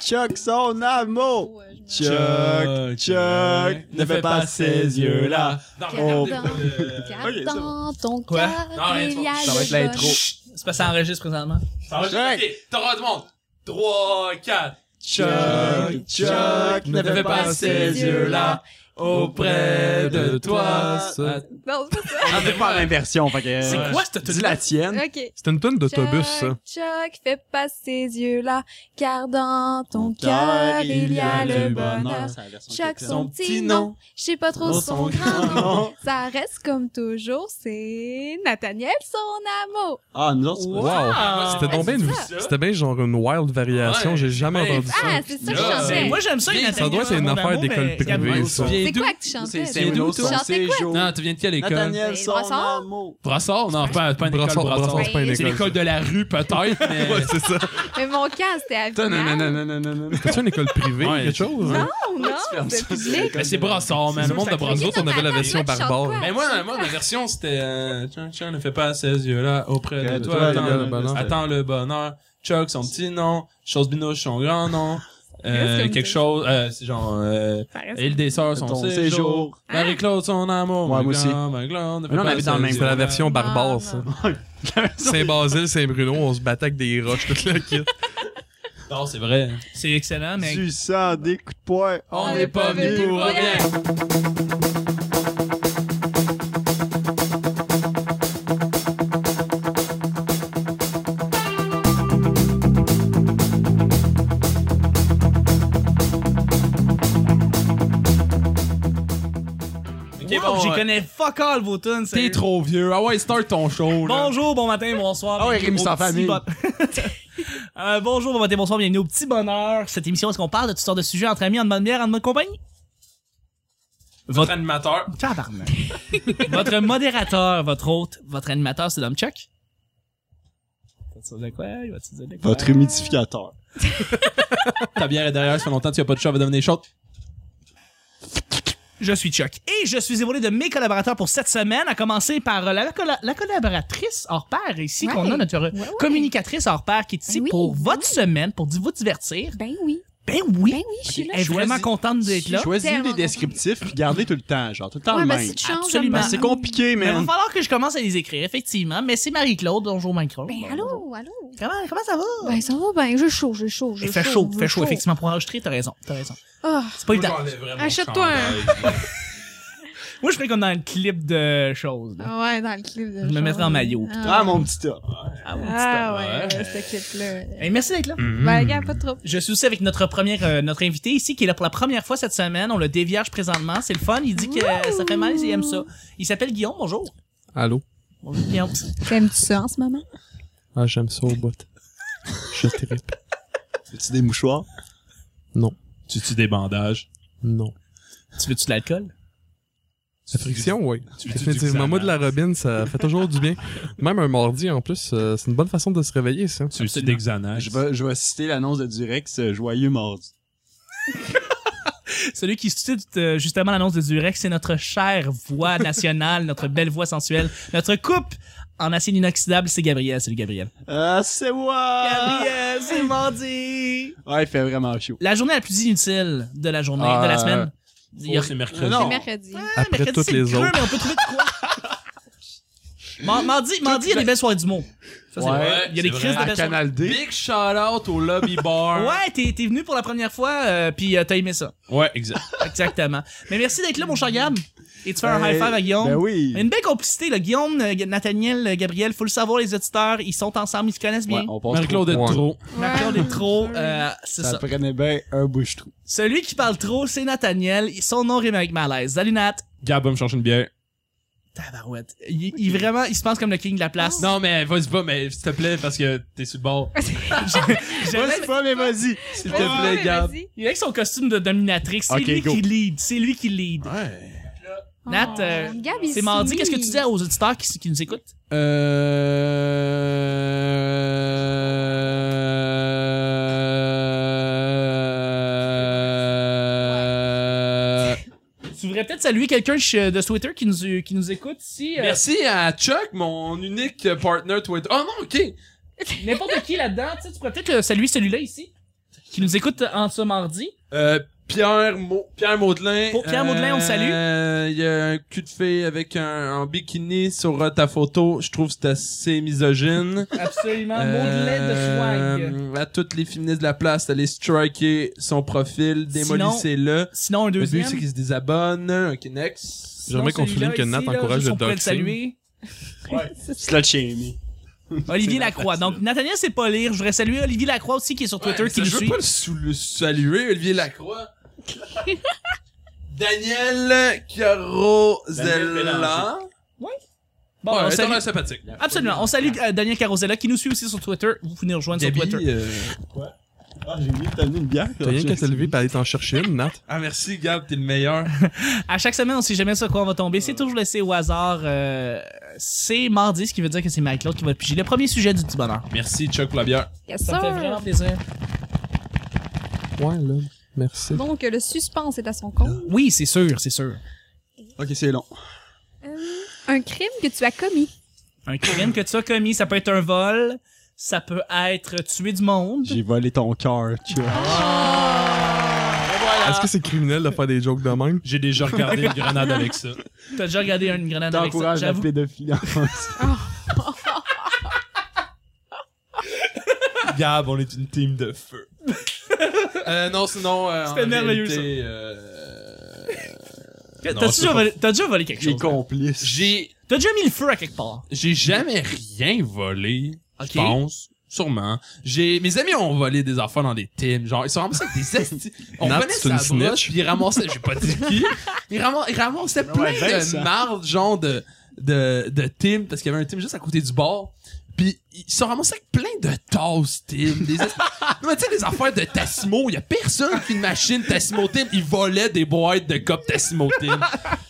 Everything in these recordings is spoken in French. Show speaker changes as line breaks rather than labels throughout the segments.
Chuck son amour.
Ouais, je me-
Chuck, Chuck, ne fais pas ces yeux-là.
Non, mais
Oh.
merde, euh,
Garde
Ok, ça va.
dans ton
Quoi?
cœur
Non, rien,
les
tu vas-
vieilles
ça
va être l'intro.
bonnes-
C'est parce que ça enregistre présentement.
Ça va
Chuck.
juste. Ok, T'auras du monde. 3, 4.
Chuck, Chuck, ne fais pas ces yeux-là. Auprès de toi.
C'est
Non, c'est pas
On fait pas la même version, fait que. euh,
C'est
quoi cette
Dis
tune
la
là
tienne.
ça. Ok.
C'est une tonne d'autobus, ça.
Chuck, Chuck, fais pas ses yeux là, car dans ton cœur il y a le bonheur. Chuck son petit nom, je sais pas trop
Oh,
son grand nom. Ça reste comme toujours, c'est Nathaniel son amour.
Ah, nous autres, c'est
Wow!
pas
C'était donc bien,
c'est
une-
Ah, ça.
c'était bien genre une wild variation,
Ouais,
j'ai jamais
ouais.
entendu ça.
Ah, c'est ça que je
Là,
chantais.
Ben, Moi, j'aime ça,
Ça
Nathalie,
doit être
c'est
une
mon
affaire
amour,
d'école
mais-
privée,
Regarde,
ça.
tu viens
C'est
d'où?
quoi que tu chantais?
C'est
toi?
nous,
Tu chantais quoi?
séjour.
Non, tu viens de quelle école?
Nathaniel,
C'est
son
Brassard?
amour.
Brassard? Non, pas, pas une école
Brassard,
Brassard.
Brassard, c'est pas une
Ouais.
C'est
école.
l'école de la rue, peut-être, mais...
Ouais, c'est ça.
Mais mon cas, c'était à Vignal.
C'est une école privée,
Ouais.
quelque chose? hein?
Non, non, Ben, c'est public.
Mais c'est Brassard, man.
C'est
Le monde de
sûr,
Brassard.
Nous autres, on avait la version barbare.
Mais moi, moi, ma version, c'était... Euh, tiens, tiens, ne fais pas ces yeux-là auprès de toi.
il y a
attends,
le
le-
bonheur.
Attends le bonheur. Chuck, son petit nom. Chose Binoche, son grand nom.
Qu'est-ce
Euh,
qu'on
quelque
dit?
chose... Euh, c'est genre... Euh, Île des Sœurs, son,
Ton
séjour.
séjour.
Ah.
Marie-Claude, son amour.
Ouais, moi aussi.
Mais
Mais là, on avait dans le même-
C'était la version
Non,
barbare, ça.
non.
Saint-Basile, Saint-Bruno, on se battait avec des roches, toute la kit.
Non, c'est vrai.
C'est excellent, mais
Tu sens des coups de poing.
On
n'est pas venu pour rien.
Ok,
Wow,
bon,
j'y
euh,
connais fuck all vos tunes.
T'es
sérieux.
trop vieux. Ah ouais, start ton show. là.
Bonjour, bon matin, bonsoir.
Ah ouais,
bienvenue
Rémi
au
sans
Petit
famille.
Bon- Euh, bonjour, bon matin, bonsoir, bienvenue au Petit Bonheur. Cette émission, est-ce qu'on parle de toutes sortes de sujets entre amis, en bonne bière, en bonne compagnie?
Votre animateur.
Tabarnak. votre modérateur, votre hôte, votre animateur, c'est Dom Chuck. Il va-tu dire de quoi? Il va-tu dire de quoi?
Votre humidificateur.
Ta bière est derrière, ça fait longtemps que tu n'as pas de chat, elle va devenir chaude.
Je suis Chuck et je suis évolué de mes collaborateurs pour cette semaine, à commencer par euh, la, colla- la collaboratrice hors pair ici,
Ouais.
qu'on a, notre euh,
Ouais, ouais.
communicatrice hors pair qui est ici
Oui,
pour
oui.
votre semaine, pour di- vous divertir.
Ben oui,
Ben oui,
ben oui, je suis là.
elle est vraiment
Choisis-
contente d'être là.
Choisis
Tellement
les descriptifs puis gardez tout le temps, genre tout le temps
Ouais,
le
mais
même.
si tu changes,
Absolument.
j'aime
C'est
pas.
compliqué,
Mais Ben, il va
man.
falloir que je commence à les écrire, effectivement. Mais c'est Marie-Claude, bonjour Marie-Claude.
Ben allô, allô.
Comment, comment ça va?
Ben ça va, ben j'ai chaud, j'ai chaud, j'ai
Il fait chaud, il fait chaud, effectivement. Pour enregistrer, t'as raison, t'as raison.
Ah,
C'est pas évident.
Achète-toi un.
Moi, je ferais comme dans le clip de choses. là.
Ah ouais, dans le clip. de
Je me mettrai en
Jean-
maillot.
Ah mon petit tas.
Ah, mon petit hein. Mm.
Ah
ouais,
ouais, ce clip-là.
homme. Hey, merci d'être là.
Ben regarde, pas trop.
Je suis aussi avec notre première, euh, notre invité ici, qui est là pour la première fois cette semaine. On le dévierge présentement. C'est le fun. Il dit que euh, ça fait mal, il aime ça. Il s'appelle Guillaume. Bonjour.
Allô?
Bonjour, Guillaume.
T'aimes-tu ça en ce moment?
Ah, j'aime ça au bout. Je trippe.
As-tu des mouchoirs?
Tu tues des bandages.
Non.
tu veux-tu de l'alcool?
La friction, oui.
Tu veux-tu du
Définitivement, moi de la
Xanax?
robine, ça fait toujours du bien. Même un mardi, en plus, euh, c'est une bonne façon de se réveiller, ça.
Tu tues des Xanax.
Ah, Je vais, je vais citer l'annonce de Durex, euh, joyeux mardi.
Celui qui suscite euh, justement l'annonce de Durex, c'est notre chère voix nationale, notre belle voix sensuelle, notre coupe en acide inoxydable, c'est Gabriel. Salut Gabriel.
Ah, c'est moi!
Gabriel, c'est mardi!
Ouais, il fait vraiment chaud.
La journée la plus inutile de la journée,
Ah,
de la semaine.
Oh,
Il y a-
c'est mercredi.
Non.
Mercredi.
Ah,
Après
mercredi,
toutes
c'est le
les
creux,
autres.
mais on peut trouver de quoi. Mar- mardi, mardi, il y a des belles soirées d'humour. Ça, c'est
Ouais,
vrai. Il y a des
c'est
crises
vrai.
de
À
belles soirées.
Canal D.
Big shout out au Lobby Bar.
Ouais, t'es, t'es venu pour la première fois, euh, puis euh, t'as aimé ça.
Ouais, exact.
Exactement. Mais merci d'être là, mon cher Gab. Et tu fais un
Ben,
high five à Guillaume.
Ben oui.
Une belle complicité, là. Guillaume, euh, Nathaniel, euh, Gabriel, faut le savoir, les auditeurs, ils sont ensemble, ils se connaissent bien.
Ouais, on pense
Marie-Claude est
Ouais.
trop.
Marie-Claude est trop, euh, c'est
ça,
ça.
prenait bien un bouche-trou.
Celui qui parle trop, c'est Nathaniel. Son nom rime avec malaise. Salut Nat.
Gab va me chercher une bière.
Tabarouette. Il, il vraiment, il se pense comme le king de la place.
Non, mais vas-y pas, mais s'il te plaît, parce que t'es sur le bord.
J'aimerais-
Vas-y, pas, mais vas-y.
S'il
Vas-y,
te plaît,
mais
Gab.
vas-y.
Il est avec son costume de dominatrix. C'est
Ok,
lui
go. Ah,
qui lead. C'est lui qui lead.
Ouais.
Nat,
Oh,
euh,
Gab, il
c'est mardi.
s'est
Qu'est-ce que tu
mis.
dis aux auditeurs qui, qui nous écoutent?
Euh...
Tu voudrais peut-être saluer quelqu'un ch- de Twitter qui nous, qui nous écoute ici. euh,
Merci à Chuck, mon unique partner Twitter. Oh non, ok.
N'importe qui là-dedans. Tu sais, tu pourrais peut-être euh, saluer celui-là ici. qui nous écoute en ce mardi.
Euh, Pierre, Mau- Pierre Maudelin.
Pour Pierre Maudelin, on le salue.
Euh, Il y a un cul de fée avec un en bikini sur euh, ta photo. Je trouve que c'est assez misogyne.
Absolument,
Euh, À toutes les féministes de la place, allez striker son profil,
Sinon,
démolissez-le.
Sinon, un
Le but,
deuxième.
c'est qu'il se désabonne. Ok, next.
Sinon,
J'aimerais qu'on
celui-là,
souligne que Nat
ici, là,
encourage
juste
le
on pourrait
doxing.
saluer.
Slut shaming.
Olivier
C'est la
Lacroix.
facile.
Donc, Nathaniel, c'est pas lire. Je voudrais saluer Olivier Lacroix aussi, qui est sur Twitter,
Ouais,
qui
ça,
nous
Je veux
suit.
pas le, sou- le saluer, Olivier Lacroix. Daniel Carozella.
Bon,
ouais,
on
elle est
salue-
vraiment sympathique.
Absolument. On salue euh, Daniel Carosella, qui nous suit aussi sur Twitter. Vous pouvez nous rejoindre
Gabi,
sur Twitter.
euh,
Ah, j'ai oublié de t'amener une bière.
T'as rien qu'à te lever et aller t'en chercher une, Nat.
Ah, merci, Gab, t'es le meilleur.
À chaque semaine, on sait jamais sur quoi on va tomber. C'est toujours laissé au hasard. euh, c'est mardi, ce qui veut dire que c'est Mike Claude qui va piger le premier sujet du petit bonheur.
merci, Chuck, pour la bière.
Yes,
Ça me fait vraiment
sir.
plaisir.
Ouais, là. Merci.
Donc, le suspense est à son compte.
Oui, c'est sûr, c'est sûr.
Ok, c'est long.
Un crime que tu as commis.
Un crime que tu as commis, ça peut être un vol, ça peut être tuer du monde.
J'ai volé ton cœur, tu vois.
Est-ce que c'est criminel de faire des jokes de même?
J'ai déjà regardé une grenade avec ça.
T'as déjà regardé une grenade avec ça,
T'encourages la
j'avoue.
pédophilie en France.
Gab, on est une team de feu. euh, non, sinon. Euh,
C'était
en
merveilleux,
réalité, euh,
T'as-tu
Non,
déjà,
c'est pas-
volé- t'as déjà volé quelque
J'ai
chose? hein?
complice.
J'ai
T'as déjà mis le feu à quelque part.
J'ai jamais rien volé,
Ok.
je pense. Sûrement. J'ai mes amis ont volé des affaires dans des teams, genre ils sont ramassés avec des esti- on
Nat,
venait
c'est
sa
une
broche
snitch.
puis ils ramassaient, j'ai pas dit qui. Ils, ramassaient, ils ramassaient plein
ouais,
de
ben,
Vincent.
marde genre de de de teams parce qu'il y avait un team juste à côté du bar. Puis ils sont ramassés avec plein de tasses team, des esti- Non mais tu sais les affaires de Tassimo, il y a personne qui a une machine Tassimo team, ils volaient des boîtes de copes Tassimo team.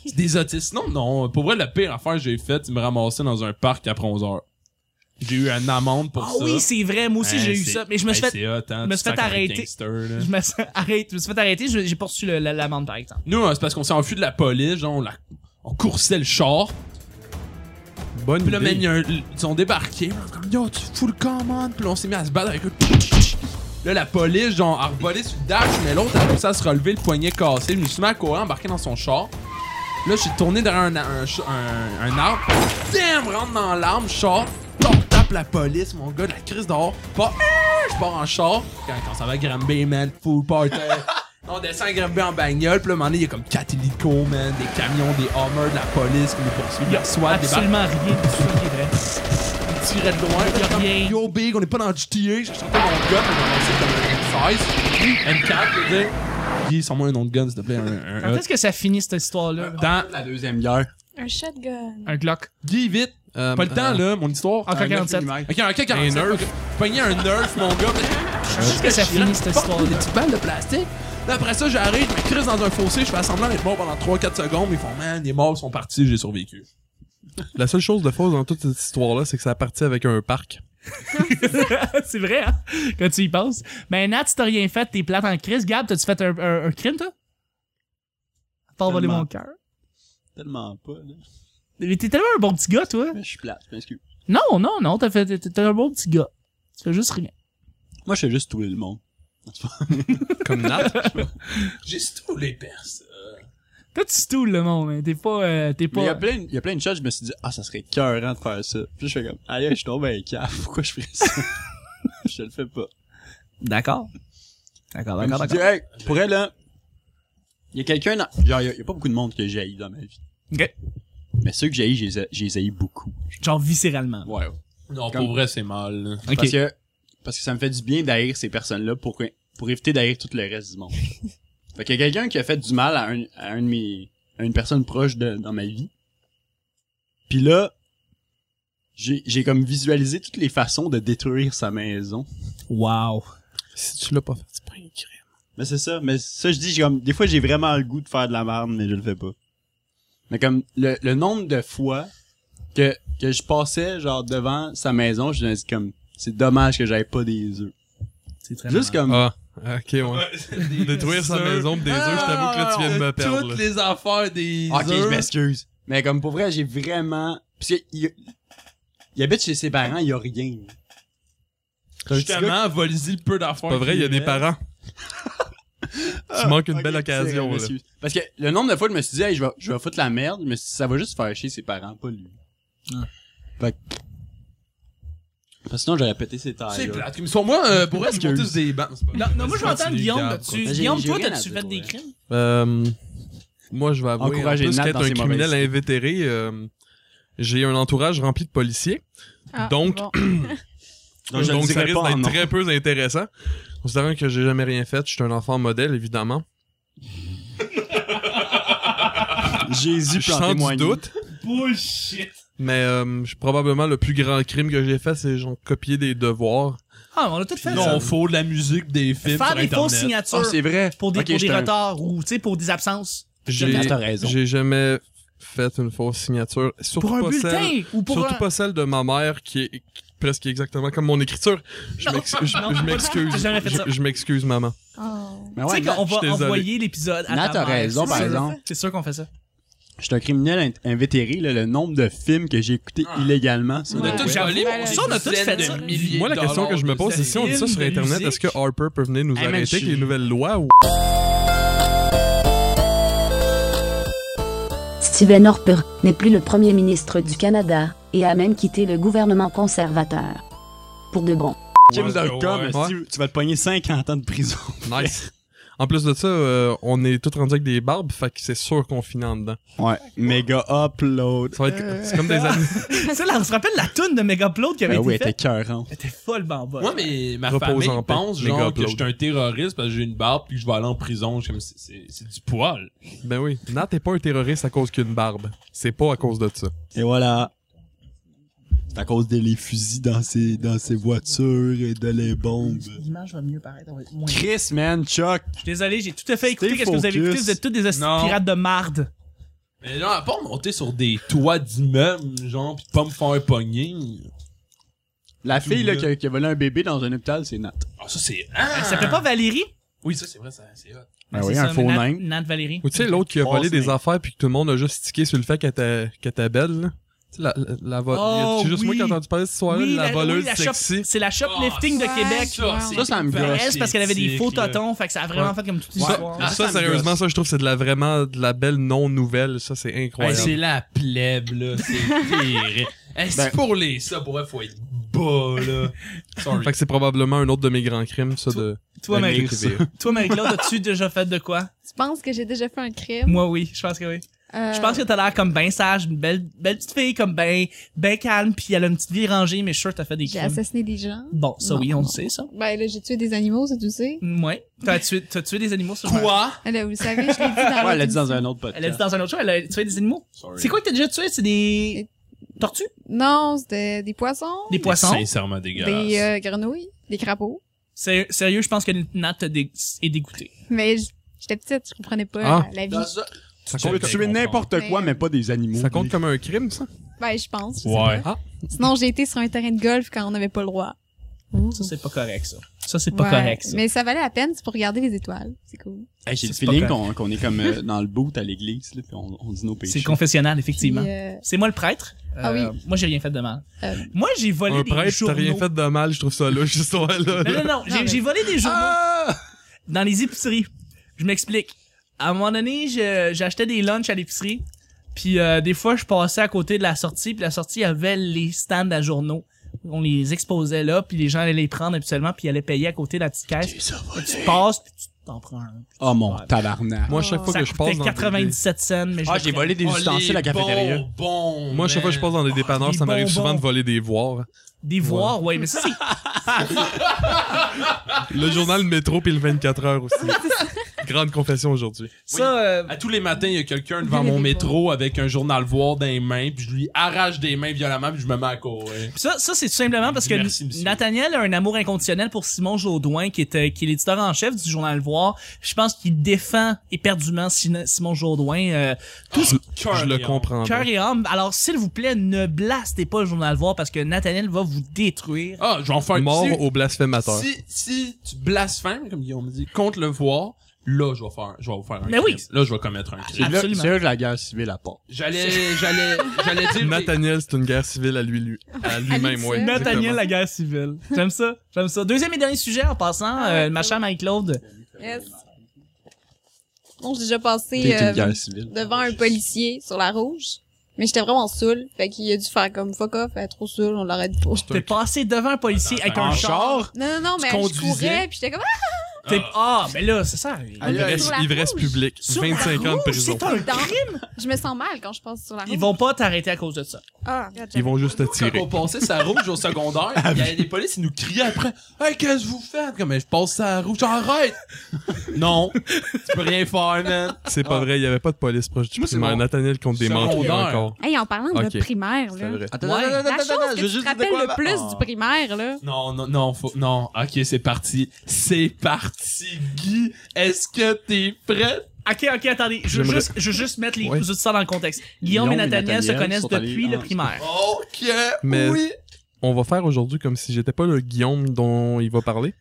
C'est des autistes. Non, non. Pour vrai, la pire affaire que j'ai faite, c'est me ramasser dans un parc après 11 heures. J'ai eu une amende pour
Ah
ça.
oui, c'est vrai, moi aussi
Hein,
j'ai eu
c'est-
ça, mais je me suis
hey,
fait...
c'est hot, hein,
je me
tu te
suis
sens
fait
comme un
arrêter.
gangster, là.
Je me suis, arrête, je me suis fait arrêter, je- j'ai poursuivi le- la- l'amende par exemple.
Nous, hein, c'est parce qu'on s'est enfui de la police, genre, on, la- on coursait le char.
Bonne
Puis là, man,
idée.
il y a un- ils ont débarqué. là, Comme, yo, tu fous le camp, man. Puis là, on s'est mis à se battre avec eux. Là, la police, genre, a revolé sur le dash, mais l'autre a réussi à se relever, le poignet cassé. Je me suis mis à courir, embarqué dans son char. Là, j'ai tourné derrière un, un, ch- un- un arbre. Damn, rentre dans l'arbre, char. Top, tape la police, mon gars, de la crise dehors. Pas, Ah! je pars en char. Quand, quand ça va grimper, man, full party. On descend à grimper en bagnole, puis là, à un moment donné, il y a comme 4 hélicos, man, des camions, des Hummers, de la police qui nous poursuivent, la SWAT, des barres
Absolument rien de tout ça qui est vrai.
tirait de loin. Puis j'entends,
Rien.
Yo, big, on est pas dans le GTA. J'ai sorti mon gun, mais j'ai lancé comme un M16. M4, je veux dire. Guy, sors-moi un nom de gun, s'il te plaît. Un, un,
Quand
un.
est-ce que ça finit cette histoire-là?
Dans-
La deuxième guerre.
Un shotgun.
Un Glock.
Guy, vite.
Euh,
Pas le temps, là, mon histoire.
Encore
Un nerf.
47.
Ok, ok, 47. Un nerf. Pogné un nerf, mon gars.
Est-ce que ça finit cette
Porte
histoire-là?
Des petites balles de plastique. Là, après ça, j'arrive, je me crisse dans un fossé, je fais semblant d'être mort pendant 3-4 secondes. Ils font, man, les morts sont partis, j'ai survécu.
La seule chose de fausse dans toute cette histoire-là, c'est que ça a parti avec un parc.
c'est vrai, hein? Quand tu y penses. Mais Nat, si t'as rien fait, t'es plate en crise. Gab, t'as-tu fait un, un, un crime, toi? À part voler
Tellement.
mon cœur.
Tellement pas, là.
Mais t'es tellement un bon petit gars, toi.
Mais Je suis plate, je m'excuse.
Non, non, non, t'as fait, t'es- t'es un bon petit gars. Tu fais juste rien.
Moi, je fais juste tuer le monde.
Comme Nat.
J'ai tous les personnes.
Toi, tu stoules le monde, hein. T'es pas, euh, t'es
Mais il y a
pas.
plein, il y a plein de choses, je me suis dit, ah, ça serait cœurant de faire ça. Puis je fais comme, allez, je tombe avec cave, pourquoi je ferais ça? je le fais pas.
D'accord. D'accord,
Je me suis dit, hey, pour elle, là, il y a quelqu'un, dans- genre, il y, a- il y a pas beaucoup de monde que j'ai dans ma vie.
Ok.
Mais ceux que j'ai j'ai les haïs beaucoup.
Genre viscéralement.
Ouais,
Non,
Comme-
pour vrai, c'est mal. là.
Ok.
Parce que, parce que ça me fait du bien d'haïr ces personnes-là pour, pour éviter d'haïr tout le reste du monde. fait qu'il y a quelqu'un qui a fait du mal à, un, à, un de mes, à une personne proche de, dans ma vie. Puis là, j'ai j'ai comme visualisé toutes les façons de détruire sa maison.
Wow.
si tu l'as pas fait, c'est pas un crime.
Mais c'est ça, mais ça je dis, j'ai comme, des fois j'ai vraiment le goût de faire de la merde, mais je le fais pas. Mais comme, le, le nombre de fois que, que je passais, genre, devant sa maison, je me dis comme, c'est dommage que j'avais pas des œufs.
C'est très
Juste comme,
Ah, ok, ouais. Détruire sa
œufs. Ah,
maison pis des œufs, je t'avoue que là, tu viens de me perdre.
Toutes
là.
les affaires des
Ah, Ok, je
œufs.
m'excuse. Mais comme pour vrai, j'ai vraiment. Parce que il, il habite chez ses parents, il y a rien. C'est un petit gars
Justement, volisez le peu d'affaires.
Pas vrai, il y a des parents. Tu manques une
Ah, Ok,
belle
c'est
occasion,
vrai,
là.
monsieur. Parce que le nombre de fois, je me suis dit, hey, je vais, je vais foutre la merde, mais ça va juste faire chier ses parents, pas lui.
Ah.
Fait que... Parce que sinon, j'aurais pété ses tailles.
C'est
là.
plate. Mais sur moi, euh, pour elle, je monte tous des bancs. c'est pas
Non,
vrai.
non, moi, je
C'est
m'entends,
des
Guillaume,
gars,
là-dessus.
quoi.
Guillaume,
J'ai-
toi,
j'ai rien
t'as-tu
à
fait
dire,
des
ouais.
crimes?
Euh, moi, je vais avouer,
Encourager
en plus
Nat
qu'être
dans
un
ses
criminel
mauvaises
invétéré, euh, j'ai un entourage rempli de policiers.
Ah,
Donc,
bon.
Donc,
Donc,
je ne
ça
dirais
risque
pas en
d'être
nom.
très peu intéressant. Considérant que j'ai jamais rien fait, je suis un enfant modèle, évidemment.
Jésus
Je
peut en
sens du
témoigner.
doute.
Bullshit!
Mais euh, je- probablement le plus grand crime que j'ai fait, c'est genre copier des devoirs.
Ah, on a tout fait
Non,
ça.
faut de la musique, des films
Faire
sur
des fausses
Internet.
signatures
Ah, c'est vrai.
pour des,
Ok,
pour des
j'étais un-
retards ou, tu sais, pour des absences.
J'ai
T'as raison.
j'ai jamais fait une fausse signature. Surtout
Pour un
pas celle-
bulletin ou pour
surtout
un...
pas celle de ma mère qui est qui- presque exactement comme mon écriture. Je
Non,
m'ex- je-
non,
je m'excuse.
j'ai jamais fait ça.
Je je m'excuse, maman.
Oh.
Mais
Tu
ouais,
sais qu'on
Nat,
va
je suis désolé.
envoyer l'épisode à
Nat
ta
a
mère.
raison,
C'est
par
sûr.
exemple.
C'est sûr qu'on fait ça.
Je suis un criminel in- invétéré, là, le nombre de films que j'ai écoutés
Ah.
illégalement. ça,
On a
ouais.
tous volé
Ouais.
pour
Ça,
on a
des
tous fait
dizaines
ça.
de milliers
Moi, la
de
question que je me
dollars
pose,
de
c'est si on dit ça sur
films, de
Internet, est-ce
musique.
que Harper peut venir nous
Hey, man,
arrêter
je
avec
suis-
les nouvelles lois ou
Stephen Harper n'est plus le Premier ministre du Canada et a même quitté le gouvernement conservateur. Pour de bon.
Kim.com,
Ouais.
si tu vas te pogner 50 ans de prison.
Nice. En plus de ça, euh, on est tout rendu avec des barbes, fait que c'est sûr qu'on finit en dedans.
Ouais, méga upload.
Ça va être, c'est comme des années.
Ça, là, on se rappelle la toune de Megaupload qui avait
Ben
été
oui, elle était
faite?
cœurante.
Elle était folle, bamba.
Moi, mais ma
Repose
famille
en paix,
pense
les
genre
gars,
que je suis un terroriste parce que j'ai une barbe puis que je vais aller en prison. Je suis comme, c'est- c'est c'est du poil.
ben oui. Nat t'es pas un terroriste à cause qu'une barbe. C'est pas à cause de ça.
Et voilà. C'est à cause des les fusils dans ses, dans ses voitures et de les bombes.
L'image va mieux paraître. on va être moins- Je
Chris, man, Chuck.
suis désolé, j'ai tout à fait écouté
Stay
qu'est-ce que vous avez écouté.
focus.
Vous êtes tous des hosties de
Non.
pirates de marde.
Mais genre, à part monter sur des toits d'immeubles, genre, pis pas me faire pogner.
La
Tout
fille là,
là.
qui, a, qui a volé un bébé dans un hôpital, c'est Nat.
Ah, ça c'est. Ah!
Ça fait pas Valérie?
Oui, ça c'est vrai, ça- c'est hot.
Ben
Ah C'est
oui,
ça,
un faux
Nat-
nain.
Nat Valérie.
Ou tu sais, l'autre qui a
Oh,
volé
c'est
des
vrai.
affaires puis que tout le monde a juste tiqué sur le fait qu'elle était qu'elle était belle, là. Tu sais, la, la, la vo-
Oh,
C'est juste
oui.
moi qui ai entendu parler de cette soirée,
Oui,
la, voleuse
oui, la shop-
sexy.
C'est la shoplifting
Ah,
de
ouais.
Québec.
Ça, ça me
Ben,
gosse.
elle, c'est parce qu'elle avait des faux
Critique, là.
totons, fait que ça a vraiment
Ouais.
fait comme toute
Ouais.
l'histoire.
Ça,
Ah, ça me
sérieusement,
gosse.
ça, je trouve que c'est de la vraiment de la belle non-nouvelle. Ça, c'est
Hey,
incroyable.
c'est la plèbe, là. C'est pire. Hey, c'est
Ben-
pour les ça, pour vrai, faut être bas, là. Sorry.
fait que c'est probablement un autre de mes grands crimes, ça, de...
Toi,
de
Marie-
m'écrire.
Toi, Marie-Claude, as-tu déjà fait de quoi?
Tu penses que j'ai déjà fait un crime?
Moi, oui, je pense que oui.
Euh,
Je pense que t'as l'air comme ben sage, une belle, belle petite fille, comme ben, ben calme, puis elle a une petite vie rangée, mais je suis sûr que t'as fait des
J'ai
crimes.
assassiné des gens.
Bon, ça
Non,
oui, on le
non.
sait, ça.
Ben là, j'ai tué des animaux, ça tu sais. Ah,
Ouais. T'as tué, t'as tué des animaux sur
Quoi?
Là, vous le savez, je l'ai dit dans
Ouais, elle l'a
l'autre
dit dans un autre
Elle a dit
podcast.
dans un autre show, elle a tué des animaux.
Sorry.
C'est quoi que t'as déjà tué? C'est des tortues?
Non, c'était des poissons,
Des poissons?
Sincèrement dégueulasse.
des euh, grenouilles, des crapauds.
Sé- Sérieux, je pense que Nat t'a dé- est dégoûtée.
Mais j- j'étais petite, je comprenais pas
Ah.
la, la vie.
Dans ça,
Ça
tu peux
compte,
tuer n'importe quoi, mais pas des animaux.
ça compte comme un crime, ça? Ah,
Ben, je pense. je sais
Ouais.
pas. Sinon, j'ai été sur un terrain de golf quand on n'avait pas le droit.
Ça, c'est pas correct, ça. Ça, c'est pas
Ouais.
correct, ça.
Mais ça valait la peine, c'est pour regarder les étoiles. C'est cool.
Hey, J'ai le
C'est pas
feeling qu'on qu'on est comme euh, dans le boot à l'église, là, puis on, on dit nos
C'est
péchés.
confessionnal,
Puis,
effectivement.
euh,
C'est moi le prêtre.
Ah
Euh, Moi, j'ai rien fait de mal.
Euh.
Moi, j'ai volé
Un
des
prêtre, t'as
journaux.
rien fait de mal, je trouve ça là, juste là.
Non, non, non. J'ai
mais-
j'ai volé des journaux
Ah!
dans les épiceries. Je m'explique. À un moment donné, je- j'achetais des lunchs à l'épicerie. Puis euh, des fois, je passais à côté de la sortie. Puis la sortie avait les stands à journaux. On les exposait là. Puis les gens allaient les prendre habituellement. Puis ils allaient payer à côté de la petite caisse. Tu passes, puis tu t'en prends un.
Oh mon
Ouais.
tabarnak.
Moi, chaque fois
Ça
que je
coûtait
passe dans
97 cents. Mais je
Ah,
le
j'ai
prenais.
Oh,
volé des ustensiles à la cafétéria.
Bon,
des... Moi, chaque fois que je passe dans des dépanneurs,
des
ça m'arrive
bonbons.
souvent de voler des voirs.
Des voirs, ouais. Mais ça, c'est
Le journal Métro puis le 24 heures aussi. Grande confession aujourd'hui.
ça, euh,
À tous les matins, il y a quelqu'un devant
Vous
mon
l'avez
métro avec un journal voir dans les mains, puis je lui arrache des mains violemment, puis je me mets à courir.
Puis Ça, ça c'est tout simplement parce que
Merci, monsieur.
Nathaniel a un amour inconditionnel pour Simon Jaudoin, qui est, euh, qui est l'éditeur en chef du journal Voir. Je pense qu'il défend éperdument Sin- Simon Jaudoin, euh,
Je le comprends.
cœur
pas.
et âme. Alors, s'il vous plaît, ne blastez pas le journal Voir parce que Nathaniel va vous détruire.
Ah, je vais en faire
Mort
si-
au blasphémateur.
si, si tu blasphèmes, comme Guillaume dit, contre le voir, là, je vais faire, je vais faire un
Mais oui.
crime. Là, je vais commettre un crime.
Ah,
C'est là,
Absolument.
c'est là que la guerre civile apporte.
J'allais, j'allais, j'allais dire.
Nathaniel, c'est une guerre civile à lui, lui- à lui-même,
lui
ouais.
seul.
exactement.
Nathaniel, la guerre civile. J'aime ça, j'aime ça. Deuxième et dernier sujet en passant,
Ah,
euh,
ouais.
ma chère Marie-Claude.
Yes. Bon, j'ai déjà passé
C'est
euh,
une guerre civile.
devant un policier sur la rouge, mais j'étais vraiment saoul, fait qu'il a dû faire comme fuck off, elle est trop saoul, on l'arrête pas.
T'es passé devant un policier avec un
En
char.
char?
Non, non, non, mais je
conduisais?
courais, puis j'étais comme
T'es- Ah, mais là, c'est ça.
Aïe, aïe.
Ivresse,
Sur la
ivresse
rouge.
publique.
Sur la
25 ans de
rouge,
prison.
c'est un
Dans-
crime.
ah, je me sens mal quand je passe sur la rouge.
Ils vont pas t'arrêter à cause de ça.
Ah,
Ils vont juste te
Quand
tirer.
on passait sa rouge au secondaire, il y avait des polices, ils nous criaient après Hey, qu'est-ce que vous faites? Comme, je passe sa rouge, arrête! non, tu peux rien faire, man.
C'est pas
Ah.
vrai, il y avait pas de police proche du
Moi, c'est
primaire.
mon
Nathaniel compte des
secondaire.
menteurs encore.
Hey, en parlant de
Ok.
votre primaire,
C'est
là.
vrai.
Attends,
Ouais.
attends, attends,
La
attends,
chose
attends, je
que
vais
tu
juste
te
dire de
rappelles
quoi
le
avant.
plus
Ah.
du primaire, là.
Non, non, non, faut, non. Ok, c'est parti. C'est parti, Guy. Est-ce que t'es prêt?
Ok, ok, attendez. Je veux
J'aimerais-
juste, je veux juste mettre les
Ouais.
tout ça dans le contexte. Guillaume, et Nathaniel se connaissent
sont allés-
depuis le
ah,
primaire.
Ok,
Mais-
oui.
On va faire aujourd'hui comme si j'étais pas le Guillaume dont il va parler.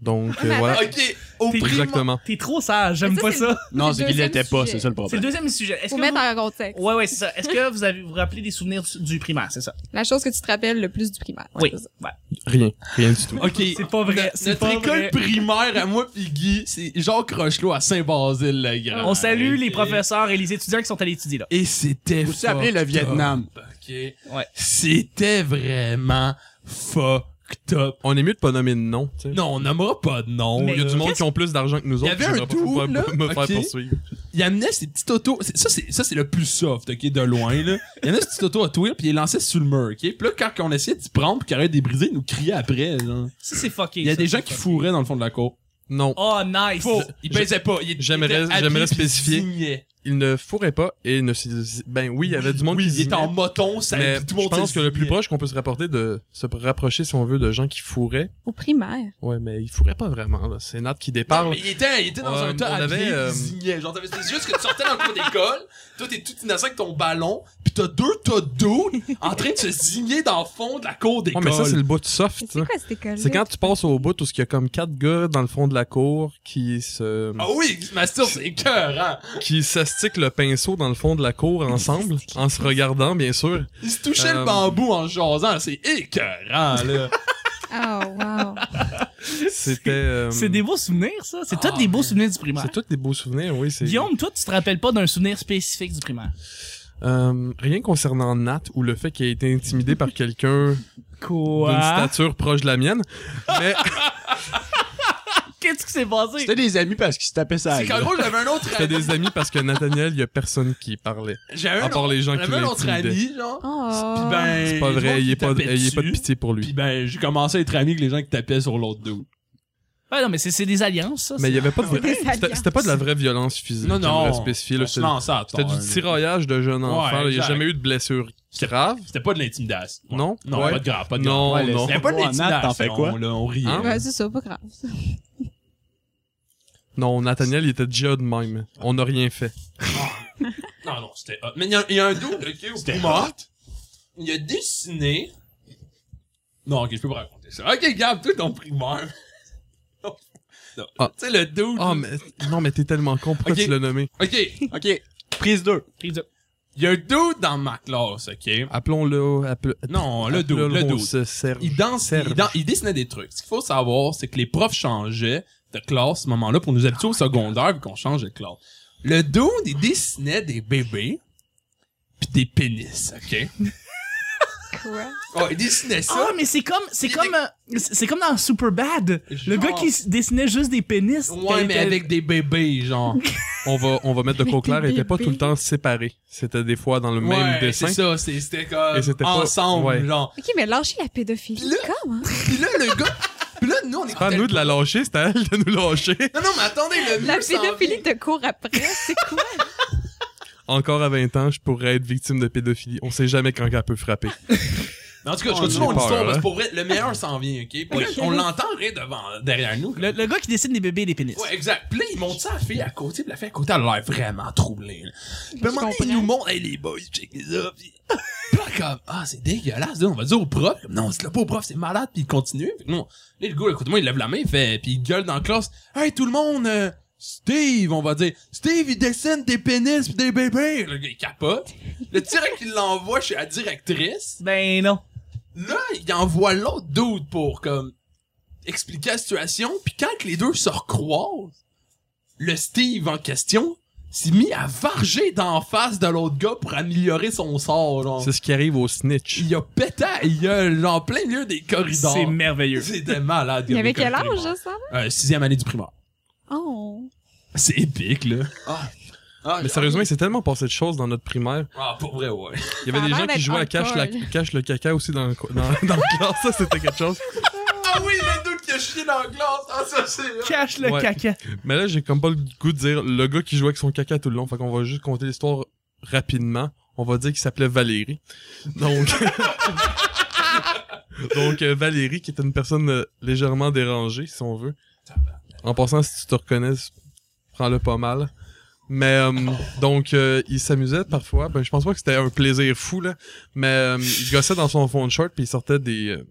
Donc, euh, voilà.
Ok, au
T'es-
prix.
Exactement.
T'es trop sage, j'aime
Mais ça,
pas
c'est
ça.
Non,
le
c'est qu'il
deuxième
l'était pas, c'est
sujet.
ça le
C'est le
problème.
deuxième sujet. Est-ce
Faut
que
mettre
vous...
en contexte.
Ouais, ouais, c'est ça. Est-ce que vous avez vous rappelez des souvenirs du, du primaire, c'est ça?
La chose que tu te rappelles le plus du primaire.
Oui.
C'est ça.
Ouais.
Rien. Rien du tout.
Ok.
C'est pas vrai,
no-
c'est
Notre
pas
école
vrai.
primaire à moi pis Guy, c'est Jean Crochelot à Saint-Basile-le-Grand.
On salue les
Ok.
professeurs et les étudiants qui sont allés étudier là.
Et c'était
Vous appelez
fucked
le Vietnam.
up, OK. Ouais. C'était vraiment fucked up.
On est mieux de pas nommer de nom, tu sais.
Non, on nommera pas de nom.
Mais
Il y a du monde
Qu'est-ce-
qui ont plus d'argent que nous
y
autres.
avait
j'aimerais
un
pas pouvoir
dude, là.
me faire
Ok.
poursuivre.
Il amenait ses petits autos. c'est- Ça, c'est, ça, c'est le plus soft, OK, de loin, là. Il amenait ses petits autos à twirl puis il les lançait sur le mur, OK. Puis là, quand on essayait de s'y prendre pour qu'il arrête de les briser, il nous criait après, genre.
Ça, c'est fucké.
Il y a
ça,
des
c'est
gens qui
fucké.
fourraient dans le fond de la cour.
Non,
Oh, nice.
Faux. Il baisait pas. Il était
J'aimerais-
habillé
j'aimerais
puis il
spécifier.
signait.
il ne fourrait pas et ne s'y- Ben oui, il y avait du monde qui
Oui, il était
signait.
en moton, ça
Mais
tout le monde
je pense
se
que le plus
signait.
proche qu'on peut se rapporter de se rapprocher, si on veut, de gens qui fourraient.
Au primaire.
Ouais, mais ils fourraient pas vraiment, là. C'est Nat qui
Non,
déparle.
mais il était, il était dans
Euh,
un tas
on
à
avait,
pied,
euh,
il signait. Genre, t'avais- c'est juste que tu sortais dans le cours d'école, toi t'es tout innocent avec ton ballon, pis t'as deux tas d'eau en train de se signer dans le fond de la cour
Ouais,
d'école.
mais ça, c'est le bout de
Mais
soft,
C'est
ça.
quoi cette école
C'est quand tu passes au bout où il y a comme quatre gars dans le fond de la cour qui se,
Ah oui, Master, c'est cœur, hein!
qui s'astiquent le pinceau dans le fond de la cour ensemble, en se regardant, bien sûr.
Il se touchait
Euh,
le bambou en se jasant, c'est écœurant, là!
Oh, wow.
C'était, euh,
C'est des beaux souvenirs, ça. C'est
Ah,
tous des beaux
man.
souvenirs du primaire.
c'est tous des beaux souvenirs, oui. c'est-
Guillaume, toi, tu te rappelles pas d'un souvenir spécifique du primaire.
Euh, rien concernant Nat ou le fait qu'il ait été intimidé par quelqu'un d'une
Quoi?
stature proche de la mienne. Mais
Qu'est-ce qui s'est passé?
C'était des amis parce qu'ils se tapaient ça.
C'est qu'en gros, j'avais un autre
c'était
ami.
des amis parce que Nathaniel, il y a personne qui parlait.
J'avais un,
À part les gens qui
j'avais un autre
l'intimidaient.
ami, genre. Pis
Oh.
ben.
C'est pas
les
vrai,
gens qui
ayez pas,
tapaient
ayez pas de
dessus,
pitié pour
Pis
lui.
ben, j'ai commencé à être ami avec les gens qui tapaient sur l'autre dos.
Ouais, non, mais c'est c'est des alliances, ça.
Mais il y
c'est-
avait pas de...
Des
C'était
alliances.
c'était pas de la vraie violence physique.
Non, non.
j'aimerais spécifier, là,
On se
C'était
lançait à
c'était
tort,
du
là.
tiraillage de jeunes enfants. là, Il n'y a
exact.
jamais eu de blessure
C'était-
grave.
C'était pas de l'intimidation. Ouais.
Non?
Non,
Ouais.
pas de grave, pas de grave.
Non,
Ouais, le-
non.
C'était pas de
Ouais, Nat,
l'intimidation.
t'en fais quoi?
Là, on riait.
Hein?
Ben, c'est ça, pas grave.
Non, Nathaniel, il était déjà de même. On n'a rien fait.
Non, non, c'était hot. Mais il y a- il y, a un dos, ok, au primaire. Il a dessiné. Non, ok, je peux pas raconter ça. Ok, Gab, toi, ton primaire. Non.
Ah.
Tu sais, le dos.
Ah, mais... Non, mais t'es tellement con. Pourquoi
Ok.
tu l'as nommé?
Ok,
Ok, prise 2.
il y a un dos dans ma classe, ok?
Appelons-le... appel-
Non, le dos, le
appelons-le
dos.
ce Serge.
Il dansait, il, dan- il dessinait des trucs. Ce qu'il faut savoir, c'est que les profs changeaient de classe à ce moment-là pour nous habituer au secondaire vu qu'on change de classe. Le dude, il dessinait des bébés pis des pénis, ok?
Quoi?
Oh, il dessinait ça.
Ah, mais c'est comme, c'est
Il
comme, euh, c'est c'est comme dans Superbad. Le
Genre.
gars qui s- dessinait juste des pénis. quand
ouais,
il
mais
était-
avec des bébés, genre.
on va, on va mettre de
Mais
quoi au
t'es
clair, ils étaient pas
bébé.
tout le temps séparés. C'était des fois dans le
ouais,
même dessin.
c'est ça, c'est- c'était comme
Et c'était pas-
ensemble,
ouais.
genre.
Ok, mais lâchez la pédophilie.
Là-
Comment?
Pis là, le gars... Pis là, nous, on est
Pas à Ah, nous de la lâcher, c'était à elle de nous lâcher.
Non, non, mais attendez, le
La
mieux s'en vient.
pédophilie te court après, c'est quoi?
Encore à 20 ans, je pourrais être victime de pédophilie. On sait jamais quand elle peut frapper.
Mais En tout cas, je
Oh,
continue
j'ai
mon
peur,
histoire, parce
hein.
que pour vrai, le meilleur s'en vient, ok? Puis là, on l'entend rire devant, derrière nous.
Le, le gars qui dessine des bébés et des pénis.
Ouais, exact. Puis là, il monte ça à la fille à côté, puis la fille à côté, elle a l'air vraiment troublée. là. Puis à un moment donné, il nous montre, hey les boys, check les up. Puis puis là, comme, ah, c'est dégueulasse, là, on va dire au prof. Comme, non, c'est là pas au prof, c'est malade, puis il continue. Fait que non. Là, le gars, écoute-moi, il lève la main, il fait, puis il gueule dans la classe, hey tout le monde, euh, Steve, on va dire, Steve, il dessine des pénis pis des bébés. Le gars, il capote. Le direct, il l'envoie chez la directrice.
Ben non.
Là, il envoie l'autre dude pour, comme, expliquer la situation. Puis quand que les deux se recroisent, le Steve en question s'est mis à varger d'en face de l'autre gars pour améliorer son sort, genre.
C'est ce qui arrive au snitch.
Il a pété à la gueule, en plein milieu des corridors.
C'est merveilleux.
C'était malade.
Il y
gars,
avait
l'école
quel âge,
primaire.
ça? ça?
Euh, sixième année du primaire.
Oh.
C'est épique, là.
Ah,
Mais sérieusement, il s'est tellement passé de choses dans notre primaire.
Ah, pour vrai, ouais.
Il y avait
Ça a
des
l'air
gens qui
d'être
jouaient à cache, la,
hardcore.
cache le caca aussi dans, le co- dans, dans le classe. Ça, c'était quelque chose.
Ah oui, le dude qui a chié dans la glace. Ah, ça, c'est...
Cache le
Ouais.
caca.
Mais là, j'ai comme pas le goût de dire le gars qui jouait avec son caca tout le long. Fait qu'on va juste compter l'histoire rapidement. On va dire qu'il s'appelait Valérie. Donc... Donc, euh, Valérie, qui est une personne euh, légèrement dérangée, si on veut. En passant, si tu te reconnais, prends-le pas mal. Mais euh, donc, euh, il s'amusait parfois. Ben, je pense pas que c'était un plaisir fou, là. Mais euh, il gossait dans son fond de short, puis il sortait des... euh,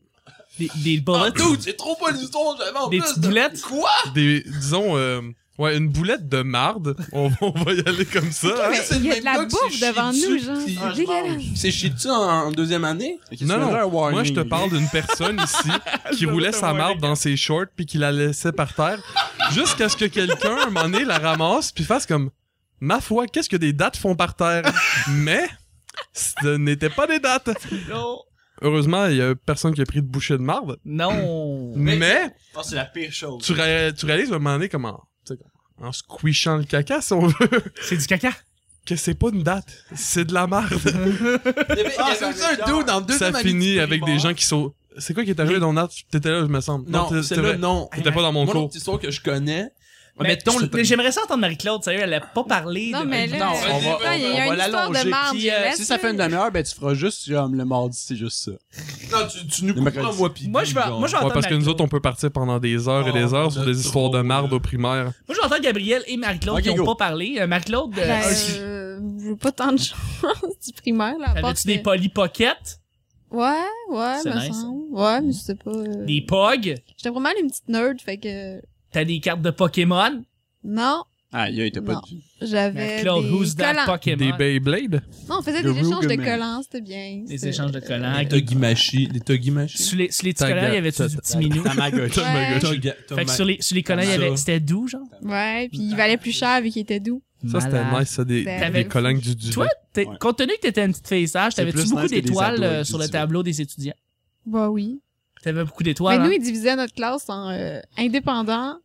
Des, des
Ah,
bullets.
dude, c'est trop pas l'histoire que j'avais en
Des
plus.
petites
de-
boulettes?
Quoi?
des disons euh, ouais une boulette de marde on, va- on va y aller comme ça hein.
Mais
c'est
il y
le
a de
même
la
gars qui
bouffe
s'est chié
devant
dessus,
nous, genre.
puis-
C'est dégueulasse.
C'est chié dessus en deuxième année?
non non moi je te parle d'une personne ici qui roulait sa marde dans ses shorts puis qui la laissait par terre jusqu'à ce que quelqu'un à un moment donné la ramasse puis fasse comme ma foi qu'est-ce que des dates font par terre mais ce n'était pas des dates
Non.
heureusement il y a personne qui a pris de bouchée de marde
Non.
mais,
Je pense que Ah, c'est la pire chose.
tu, ré- tu réalises à un moment donné comment en squishant le caca si on veut
C'est du caca.
que c'est pas une date c'est de la marde
Il y avait,
Ah,
il y avait
ça
aussi un dude en deuxième
ça
année.
finit
du
avec des
primaire.
gens qui sont. C'est quoi qui est arrivé dans Nat T'étais là, je me semble.
Non,
t'es-
c'est
t'es
là,
vrai.
non.
T'étais pas dans mon
Moi,
cours.
l'autre histoire que je connais...
Mais,
mettons, le-
mais j'aimerais ça entendre Marie-Claude, sérieux, elle a pas parlé
Non,
de...
mais là,
on va-
attends, Euh, il y
on
a
va
une histoire de
l'allonger,
marde.
puis, euh,
laisse,
Si ça fait une
là.
demi-heure, ben tu feras juste comme le mardi, c'est juste ça.
Non, tu, tu
Le
nous couperas,
mercredi.
moi, pis
Moi, je vais, moi, je vais
Ouais,
entendre
parce que nous
Marie-Claude.
autres, on peut partir pendant des heures et des
Oh,
heures sur
notre
des histoires de
drôle.
marde au primaire.
Moi, j'entends Gabriel et Marie-Claude
Ok,
qui n'ont
go.
pas parlé. Euh, Marie-Claude, euh,
Ben,
est-ce que-
euh, j'ai pas tant de chance du primaire, là. à part
t'avais-tu des
que-
polypockets,
Ouais, ouais,
C'est
me
nice,
semble. Ouais, mais c'était pas... euh,
des pogs,
J'étais vraiment une petite nerd, fait que...
t'as des cartes de Pokémon?
Non,
Ah, il était pas
Non.
de vie.
j'avais des
Marie-Claude, Ben, who's that
collants.
Pokémon?
Des Beyblade.
Non, on faisait
Le
des échanges de
Rugeman.
collants, c'était bien.
Des
c'était- euh,
échanges de collants.
Les
avec-
Togimachi. Les Togimachi.
Sur les, sur les petits collants, il y avait-tu du petit minou?
Tamagotchi.
Ouais.
Toga-
Fait que
Toma-
sur les, sur les collants, il y avait,
Ça.
c'était doux, genre?
Ouais, puis il valait plus cher vu qu'il était doux.
Ça, c'était
Malade.
nice, ça, des,
Ben,
des
ben,
collants du du
Toi, t'es-
Ouais.
compte tenu que t'étais une petite fille sage,
C'est
t'avais-tu
plus
beaucoup
nice que des
d'étoiles
ados
euh,
avec
sur
des
le
étoiles.
tableau des étudiants?
Bah oui.
T'avais beaucoup
Mais
d'étoiles,
nous,
hein?
ils divisaient notre classe en euh, indépendant,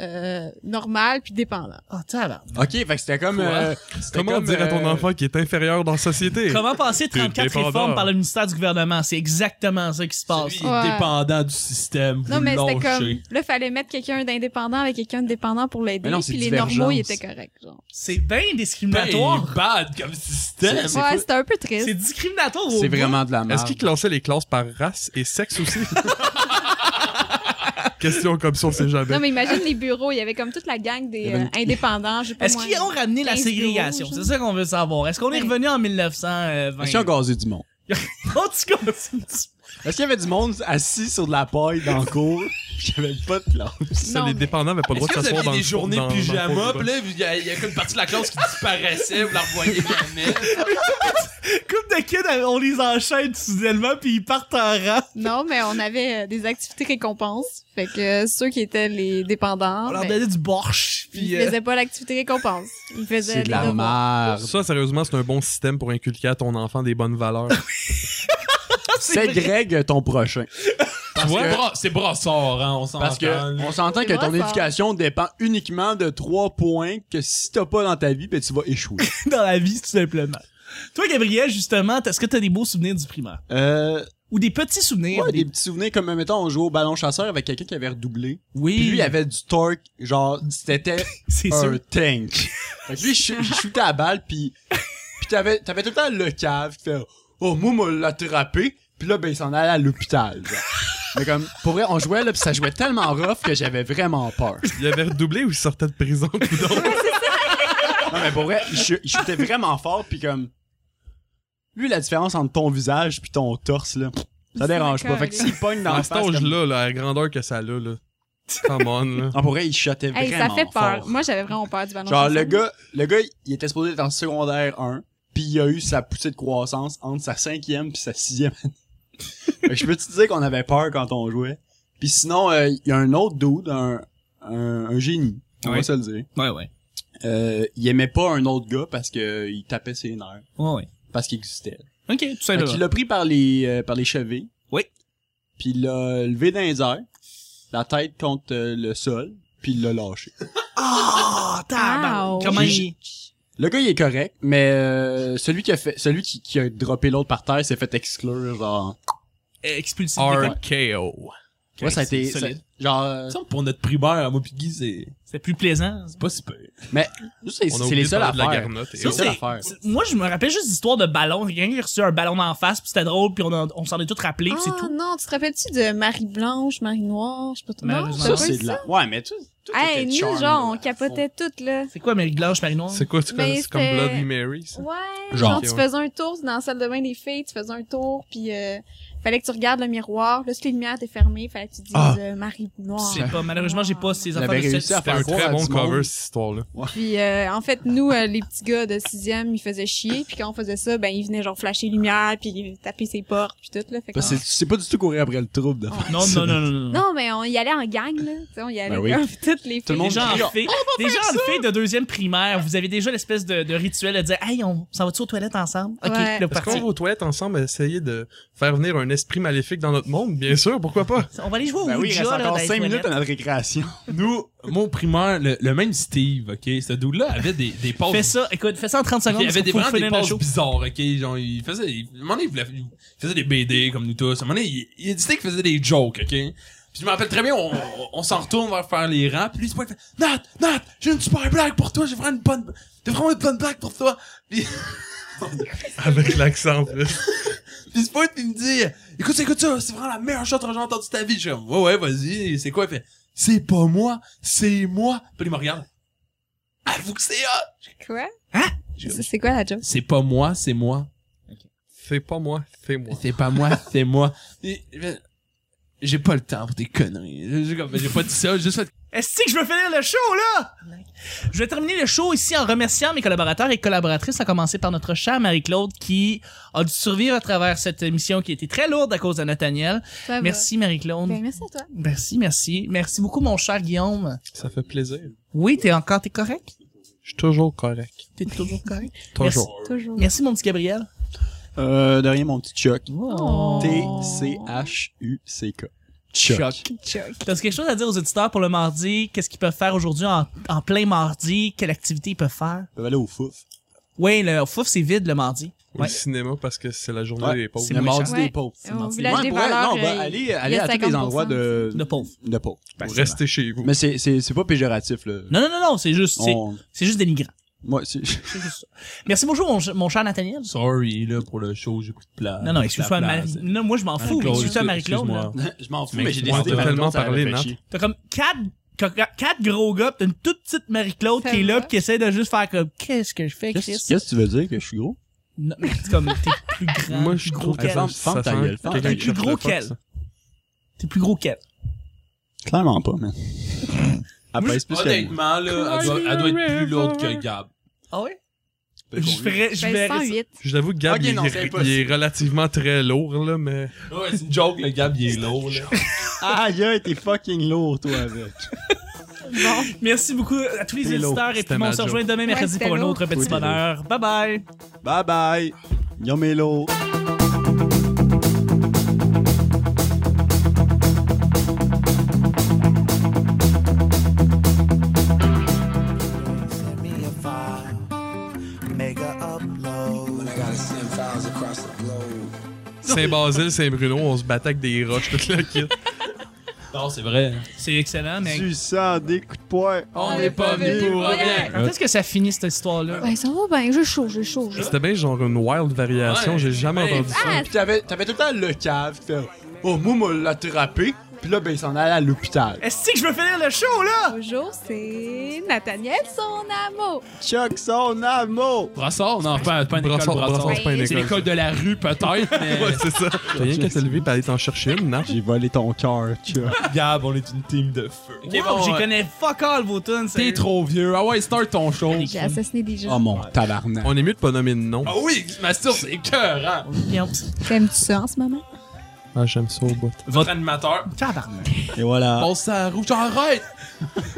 euh, normal, puis dépendant.
Oh, tabarnak.
Ok, fait que c'était comme.
Quoi?
euh, c'était
Comment
comme,
dire à ton
euh,
enfant qui est inférieur dans la société?
Comment passer
T'es
34
dépendant.
réformes par le ministère du gouvernement? C'est exactement ça qui se passe.
Celui
Ouais.
dépendant du système.
Non,
vous
mais c'était
lâchez.
comme... Là, fallait mettre quelqu'un d'indépendant avec quelqu'un de dépendant pour l'aider,
Mais non, c'est
puis les normaux,
divergence.
ils étaient corrects, genre.
C'est bien
Ben,
discriminatoire.
bad comme système.
C'est
Ouais,
fou.
c'était un peu triste.
C'est discriminatoire au
C'est
bout.
vraiment de la
Est-ce
merde.
qu'ils classaient les classes par race et sexe aussi? Question comme ça, on sait jamais.
Non, mais imagine les bureaux, il y avait comme toute la gang des euh, indépendants, je sais pas
Est-ce
moi.
qu'ils ont ramené la
15
ségrégation?
euros,
C'est
genre.
ça qu'on veut savoir. Est-ce qu'on est
Ouais.
revenu en 1920?
Est-ce qu'ils ont gazé du monde?
euh, En tout cas, c'est une petite-
Est-ce qu'il y avait du monde assis sur de la paille dans le cours? J'avais pas de classe.
Ça,
Non,
les
mais-
dépendants n'avaient pas le
Est-ce
droit de
que vous
s'asseoir
aviez
dans
des
le-
journées
dans- dans le
pyjama,
fond
pis
du
là, il y, a- il y a qu'une partie de la classe qui disparaissait, vous la revoyez jamais.
Coupe de kids, euh, on les enchaîne soudainement, puis ils partent en rang.
Non, mais on avait euh, des activités récompenses. Fait que euh, ceux qui étaient les dépendants,
On leur
ben,
donnait du borsch, puis...
ils
euh,
faisaient pas l'activité récompense. Ils faisaient
C'est de
les
la
devoirs.
merde.
Ça, sérieusement, c'est un bon système pour inculquer à ton enfant des bonnes valeurs.
C'est Greg ton prochain.
Parce
vois?
que- bra- c'est brassard, hein, on s'entend.
Parce que on s'entend
C'est
que ton
vrai, ça.
éducation dépend uniquement de trois points que si t'as pas dans ta vie, ben tu vas échouer.
dans la vie, tout simplement. Toi, Gabriel, justement, est-ce que t'as des beaux souvenirs du primaire?
Euh,
Ou des petits souvenirs?
ouais,
des-
des petits souvenirs comme mettons on jouait au ballon chasseur avec quelqu'un qui avait redoublé.
Oui,
Puis lui il avait du torque, genre c'était
c'est sûr.
un tank. Fait que lui je je shootais à balle puis puis t'avais t'avais tout le temps le cave qui fait oh moi m'a l'attrapé puis là ben il s'en allait à l'hôpital. genre. Mais comme pour vrai on jouait là puis ça jouait tellement rough que j'avais vraiment peur.
Il avait redoublé ou il sortait de prison, coudonc?
Non, mais pour vrai, il chu- il chutait vraiment fort, puis comme... Lui, la différence entre ton visage puis ton torse, là, ça
C'est
dérange pas.
d'accord,
Fait que s'il pogne dans
Dans
la
cet
face, comme-
âge-là, là, la grandeur que ça a, là, Come on, là.
En pour vrai, il shotait
Hey,
vraiment
ça fait peur.
fort.
Moi, j'avais vraiment peur du ballon.
Genre, le
chasseur.
gars, le gars, il était supposé être en secondaire 1, puis il a eu sa poussée de croissance entre sa cinquième puis sa sixième année. Fait que Je peux te dire qu'on avait peur quand on jouait. Puis sinon, euh, il y a un autre dude, un, un, un génie, on va
Ouais.
se le dire.
Ouais, ouais.
Euh, il aimait pas un autre gars parce que euh, il tapait ses nerfs,
Ouais, ouais.
parce qu'il existait. Fait
Ok, tout
qu'il
simplement.
l'a pris par les, euh, par les chevilles.
Oui.
Puis il l'a levé dans les airs, la tête contre euh, le sol, puis il l'a lâché.
Ah, tabarnak.
Wow.
Comment
J'ai-
il...
Le gars, il est correct, mais euh, celui qui a fait, celui qui, qui a droppé l'autre par terre s'est fait exclure, genre.
euh, expulsif.
RKO.
Ouais, ça a été,
solide.
ça- genre, euh,
Ça, pour notre primaire, moi pis Guy, c'est
C'était plus plaisant.
c'est pas super.
nous, c'est,
On a
c'est
oublié
les
de
seuls à
parler de la
faire.
garnotte.
C'est les
Et-
seuls à
c'est-
faire.
C'est- Moi, je me rappelle juste l'histoire de ballon. Quelqu'un qui a reçu un ballon d'en face, puis c'était drôle, puis on, a- on s'en est tous rappelé,
Ah,
puis c'est tout.
non, tu te rappelles-tu de Marie Blanche, Marie Noire, je sais pas trop. Non,
Malheureusement.
t'as
Ça,
Ouais,
pas
c'est
eu
de la. Ouais, mais tout. tout
Hey,
était
nous,
charme,
genre,
là,
on
à
capotait toutes, là.
C'est quoi, Mary Blanche, Marie Noire?
C'est quoi, tu connais?
Mais
C'est comme
c'était-
Bloody Mary, ça?
Ouais.
Genre.
Genre,
Ok,
tu
ouais.
faisais un tour dans la salle de bain des filles, tu faisais un tour, puis euh, fallait que tu regardes le miroir. Là, si les lumières étaient fermées, fallait que tu dises
Ah.
euh, Marie Noire.
C'est pas, malheureusement, j'ai pas ces
J'avais
affaires de
réussi
sexe.
à
C'était un
faire croire
très
à
bon
du monde.
cover, cette histoire-là.
Puis euh, en fait, nous, euh, les petits gars de sixième, ils faisaient chier. Puis quand on faisait ça, ben ils venaient genre flasher les lumières, puis taper ses portes, puis tout là. Fait que-
Parce que Bah, c'est, c'est pas du tout courir après le trouble. de-
Non, non, non, non, non. non.
Non, mais on y allait en gang là. Tu sais, on y allait
Ben oui.
comme toutes les filles.
Tout le monde
Déjà
crie,
en fait, déjà en fait de deuxième primaire, vous avez déjà l'espèce de, de rituel de dire, hey, on s'en va-tu aux toilettes ensemble? Ok,
Ouais.
le
Est-ce
parti.
qu'on va aux toilettes ensemble à essayer de faire venir un esprit maléfique dans notre monde? Bien sûr, pourquoi pas?
On va aller jouer au
Ben oui, il
Ouija,
reste
là, dans
encore
les
5 minutes
toilettes.
à notre récréation.
Nous, mon primaire, le, le même Steve, ok, ce dude-là avait des, des passes
Fais ça, écoute, fais ça en 30
Ok,
secondes.
il avait des,
faut
vraiment des
finir notre
passes
show.
bizarres, ok? Genre, il faisait, il, à un moment donné, il, voulait- il faisait des BD comme nous tous. À un moment donné, il, il disait qu'il faisait des jokes, ok? Puis je me rappelle très bien, on, on- on s'en retourne vers faire les rangs. Puis lui, c'est pas, il fait, Nat, Nat, j'ai une super blague pour toi, j'ai vraiment une bonne, j'ai vraiment une bonne blague pour toi. Puis,
Avec l'accent, en plus.
puis c'est pas, il me dit, écoute, ça, écoute ça, c'est vraiment la meilleure chose que j'ai entendu de ta vie. Je suis comme, ouais, ouais, vas-y, c'est quoi? Il fait, c'est pas moi, c'est moi. Puis il me regarde. Avoue que c'est hot!
Quoi
Hein?
C'est c'est quoi la job
C'est pas moi, c'est moi.
C'est pas moi, c'est moi.
C'est pas moi, c'est moi. Et- mais- J'ai pas le temps pour tes conneries. J'ai comme- j'ai pas dit ça, j'ai juste fait.
Est-ce que je veux finir le show, là? Je vais terminer le show ici en remerciant mes collaborateurs et collaboratrices, à commencer par notre chère Marie-Claude qui a dû survivre à travers cette émission qui était très lourde à cause de Nathaniel.
Ça va.
Merci, Marie-Claude.
Ben, merci à toi.
Merci, merci. Merci beaucoup, mon cher Guillaume.
Ça fait plaisir.
Oui, t'es encore, t'es correct?
Je suis toujours correct.
T'es toujours correct?
Toujours.
Toujours.
Merci, mon petit Gabriel.
Euh, derrière mon petit Chuck.
Oh.
T-C-H-U-C-K.
Chuck.
T'as quelque chose à dire aux auditeurs pour le mardi? Qu'est-ce qu'ils peuvent faire aujourd'hui en, en plein mardi? Quelle activité ils peuvent faire?
Ils peuvent aller au fouf.
Oui, le fouf, c'est vide le mardi.
Au
Ouais.
cinéma, parce que c'est la journée
Ouais,
des pauvres.
c'est
Le
moins
mardi
cher.
des
Ouais.
pauvres. c'est
Au
mardi.
village
Ouais,
des
pour vrai,
valeurs,
non, bah, on va
il-
aller,
il y
aller
a
à tous les endroits de,
De pauvre.
de pauvres.
Vous Restez chez vous.
Mais c'est, c'est, c'est pas péjoratif, là.
Non, non, non, non, c'est juste, c'est,
On-
c'est juste dénigrant.
Moi, c'est...
C'est juste ça. Merci, bonjour, mon, ch- mon cher Nathaniel.
Sorry, là, pour le show, j'ai pris de place.
Non, non, excuse-moi, Marie. Non, moi, je m'en fous, mais
Marie-Claude,
excuse-toi, Marie-Claude.
excuse-moi.
là.
je m'en fous,
Mais
mais j'ai
on
décidé
t'a
par
tellement
contre, ça
parlé,
m'avait
Nat.
fait chier.
T'as comme quatre, qu- quatre gros gars, pis t'as une toute petite Marie-Claude
Ça
qui est là,
va.
pis qui essaie de juste faire comme, qu'est-ce que je fais, Chris?
Qu'est-ce qu'est-ce que tu veux dire que je suis gros?
Non, mais c'est comme, t'es plus grand.
Moi, je
plus
trouve
gros
que
qu'elle.
ça,
Ferme- ferme
ça
ta
sent
gueule, ferme
quelqu'un
ta
qui cherche
gueule. Plus
le
gros qu'elle.
fun,
T'es plus gros qu'elle.
Clairement pas, man. Ah, ben, Elle
Moi,
pèse plus que moi.
Honnêtement, là, elle doit, elle doit être plus lourde que Gab.
Ah ouais? Je ferais, je
Ben,
verrais ça.
108.
ça. Je l'avoue que Gab,
Ok,
il,
non,
est-
c'est
il
impossible.
est relativement très lourd, là, mais
Ouais, c'est une joke, le Gab, il est lourd, là.
Aïe, aïe, t'es fucking lourd, toi, avec.
Bon.
Merci beaucoup à tous les
C'était
auditeurs
lourd,
et puis
c'était
on
ma
se
joke.
rejoint demain mercredi
c'était
pour un
lourd.
autre petit
Oui, c'était
bonheur. Bye bye.
Bye bye. Yom Elo.
Send me a file, make a upload. I gotta send files across the globe.
Saint-Basile, Saint-Bruno, on se battait avec des roches, toute la kit.
Non, c'est vrai.
C'est excellent, mais
Tu sens des coups de poing.
On n'est pas venu pour rien.
quand est-ce que ça finit cette histoire-là?
Ben, ça va bien. Je chaud, je chaud. Je...
C'était bien genre une wild variation,
Ouais.
j'ai jamais
Ouais.
entendu ça.
Ah,
Pis t'avais, t'avais tout le temps le cave qui fait Oh, moi, m'a l'attrapé. Puis là, ben, il s'en allait à l'hôpital.
Est-ce que je veux finir le show, là?
Bonjour, c'est Nathaniel, son amour.
Chuck son amour!
Brassard, non, pas, pas une école
Brassard,
Brassard.
Brassard, c'est pas une
C'est
école.
l'école de la rue, peut-être, mais.
Ouais, c'est ça. T'as rien qu'à te lever pis aller t'en chercher une, non?
J'ai volé ton cœur, Chuck.
Gab, on est une team de feu. Ok,
Wow,
bon,
j'y
ouais.
connais fuck all vos tunes.
T'es
sérieux.
trop vieux. Ah ouais, start ton show.
J'ai assassiné des gens.
Oh mon tabarnak.
On est mieux de pas nommer de nom.
Ah oui, Mastur, c'est cœur, hein.
T'aimes-tu ça en ce moment?
Ah, j'aime ça au bout.
Votre animateur.
Tabarnak.
Et voilà.
Passe ça à rouge, arrête!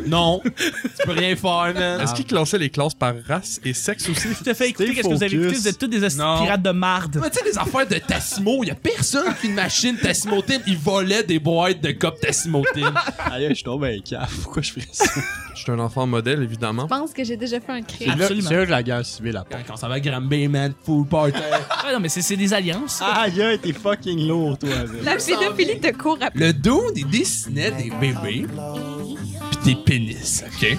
non, tu peux rien faire, man.
Est-ce qu'il classait les classes par race et sexe aussi?
Je te fais écouter
Stay
qu'est-ce que vous avez écouté.
focus.
Vous êtes tous des hosties de
Non.
pirates de marde.
Mais tu sais, les affaires de Tassimo, y a personne qui machine Tassimo Tim. Il volait des boîtes de cop Tassimo Tim.
Allez, je suis tombé avec caf. Pourquoi je ferais ça?
Je suis un enfant modèle, évidemment.
Je pense que j'ai déjà fait un crime.
Absolument.
C'est là que la guerre civile a
Quand, quand ça va gramber, man, full party.
Ah non, mais c'est- c'est des alliances.
Aïe, aïe, t'es fucking lourd, toi, avec.
La pédophilie te court après.
Le dude, il dessinait des bébés pis des pénis, ok?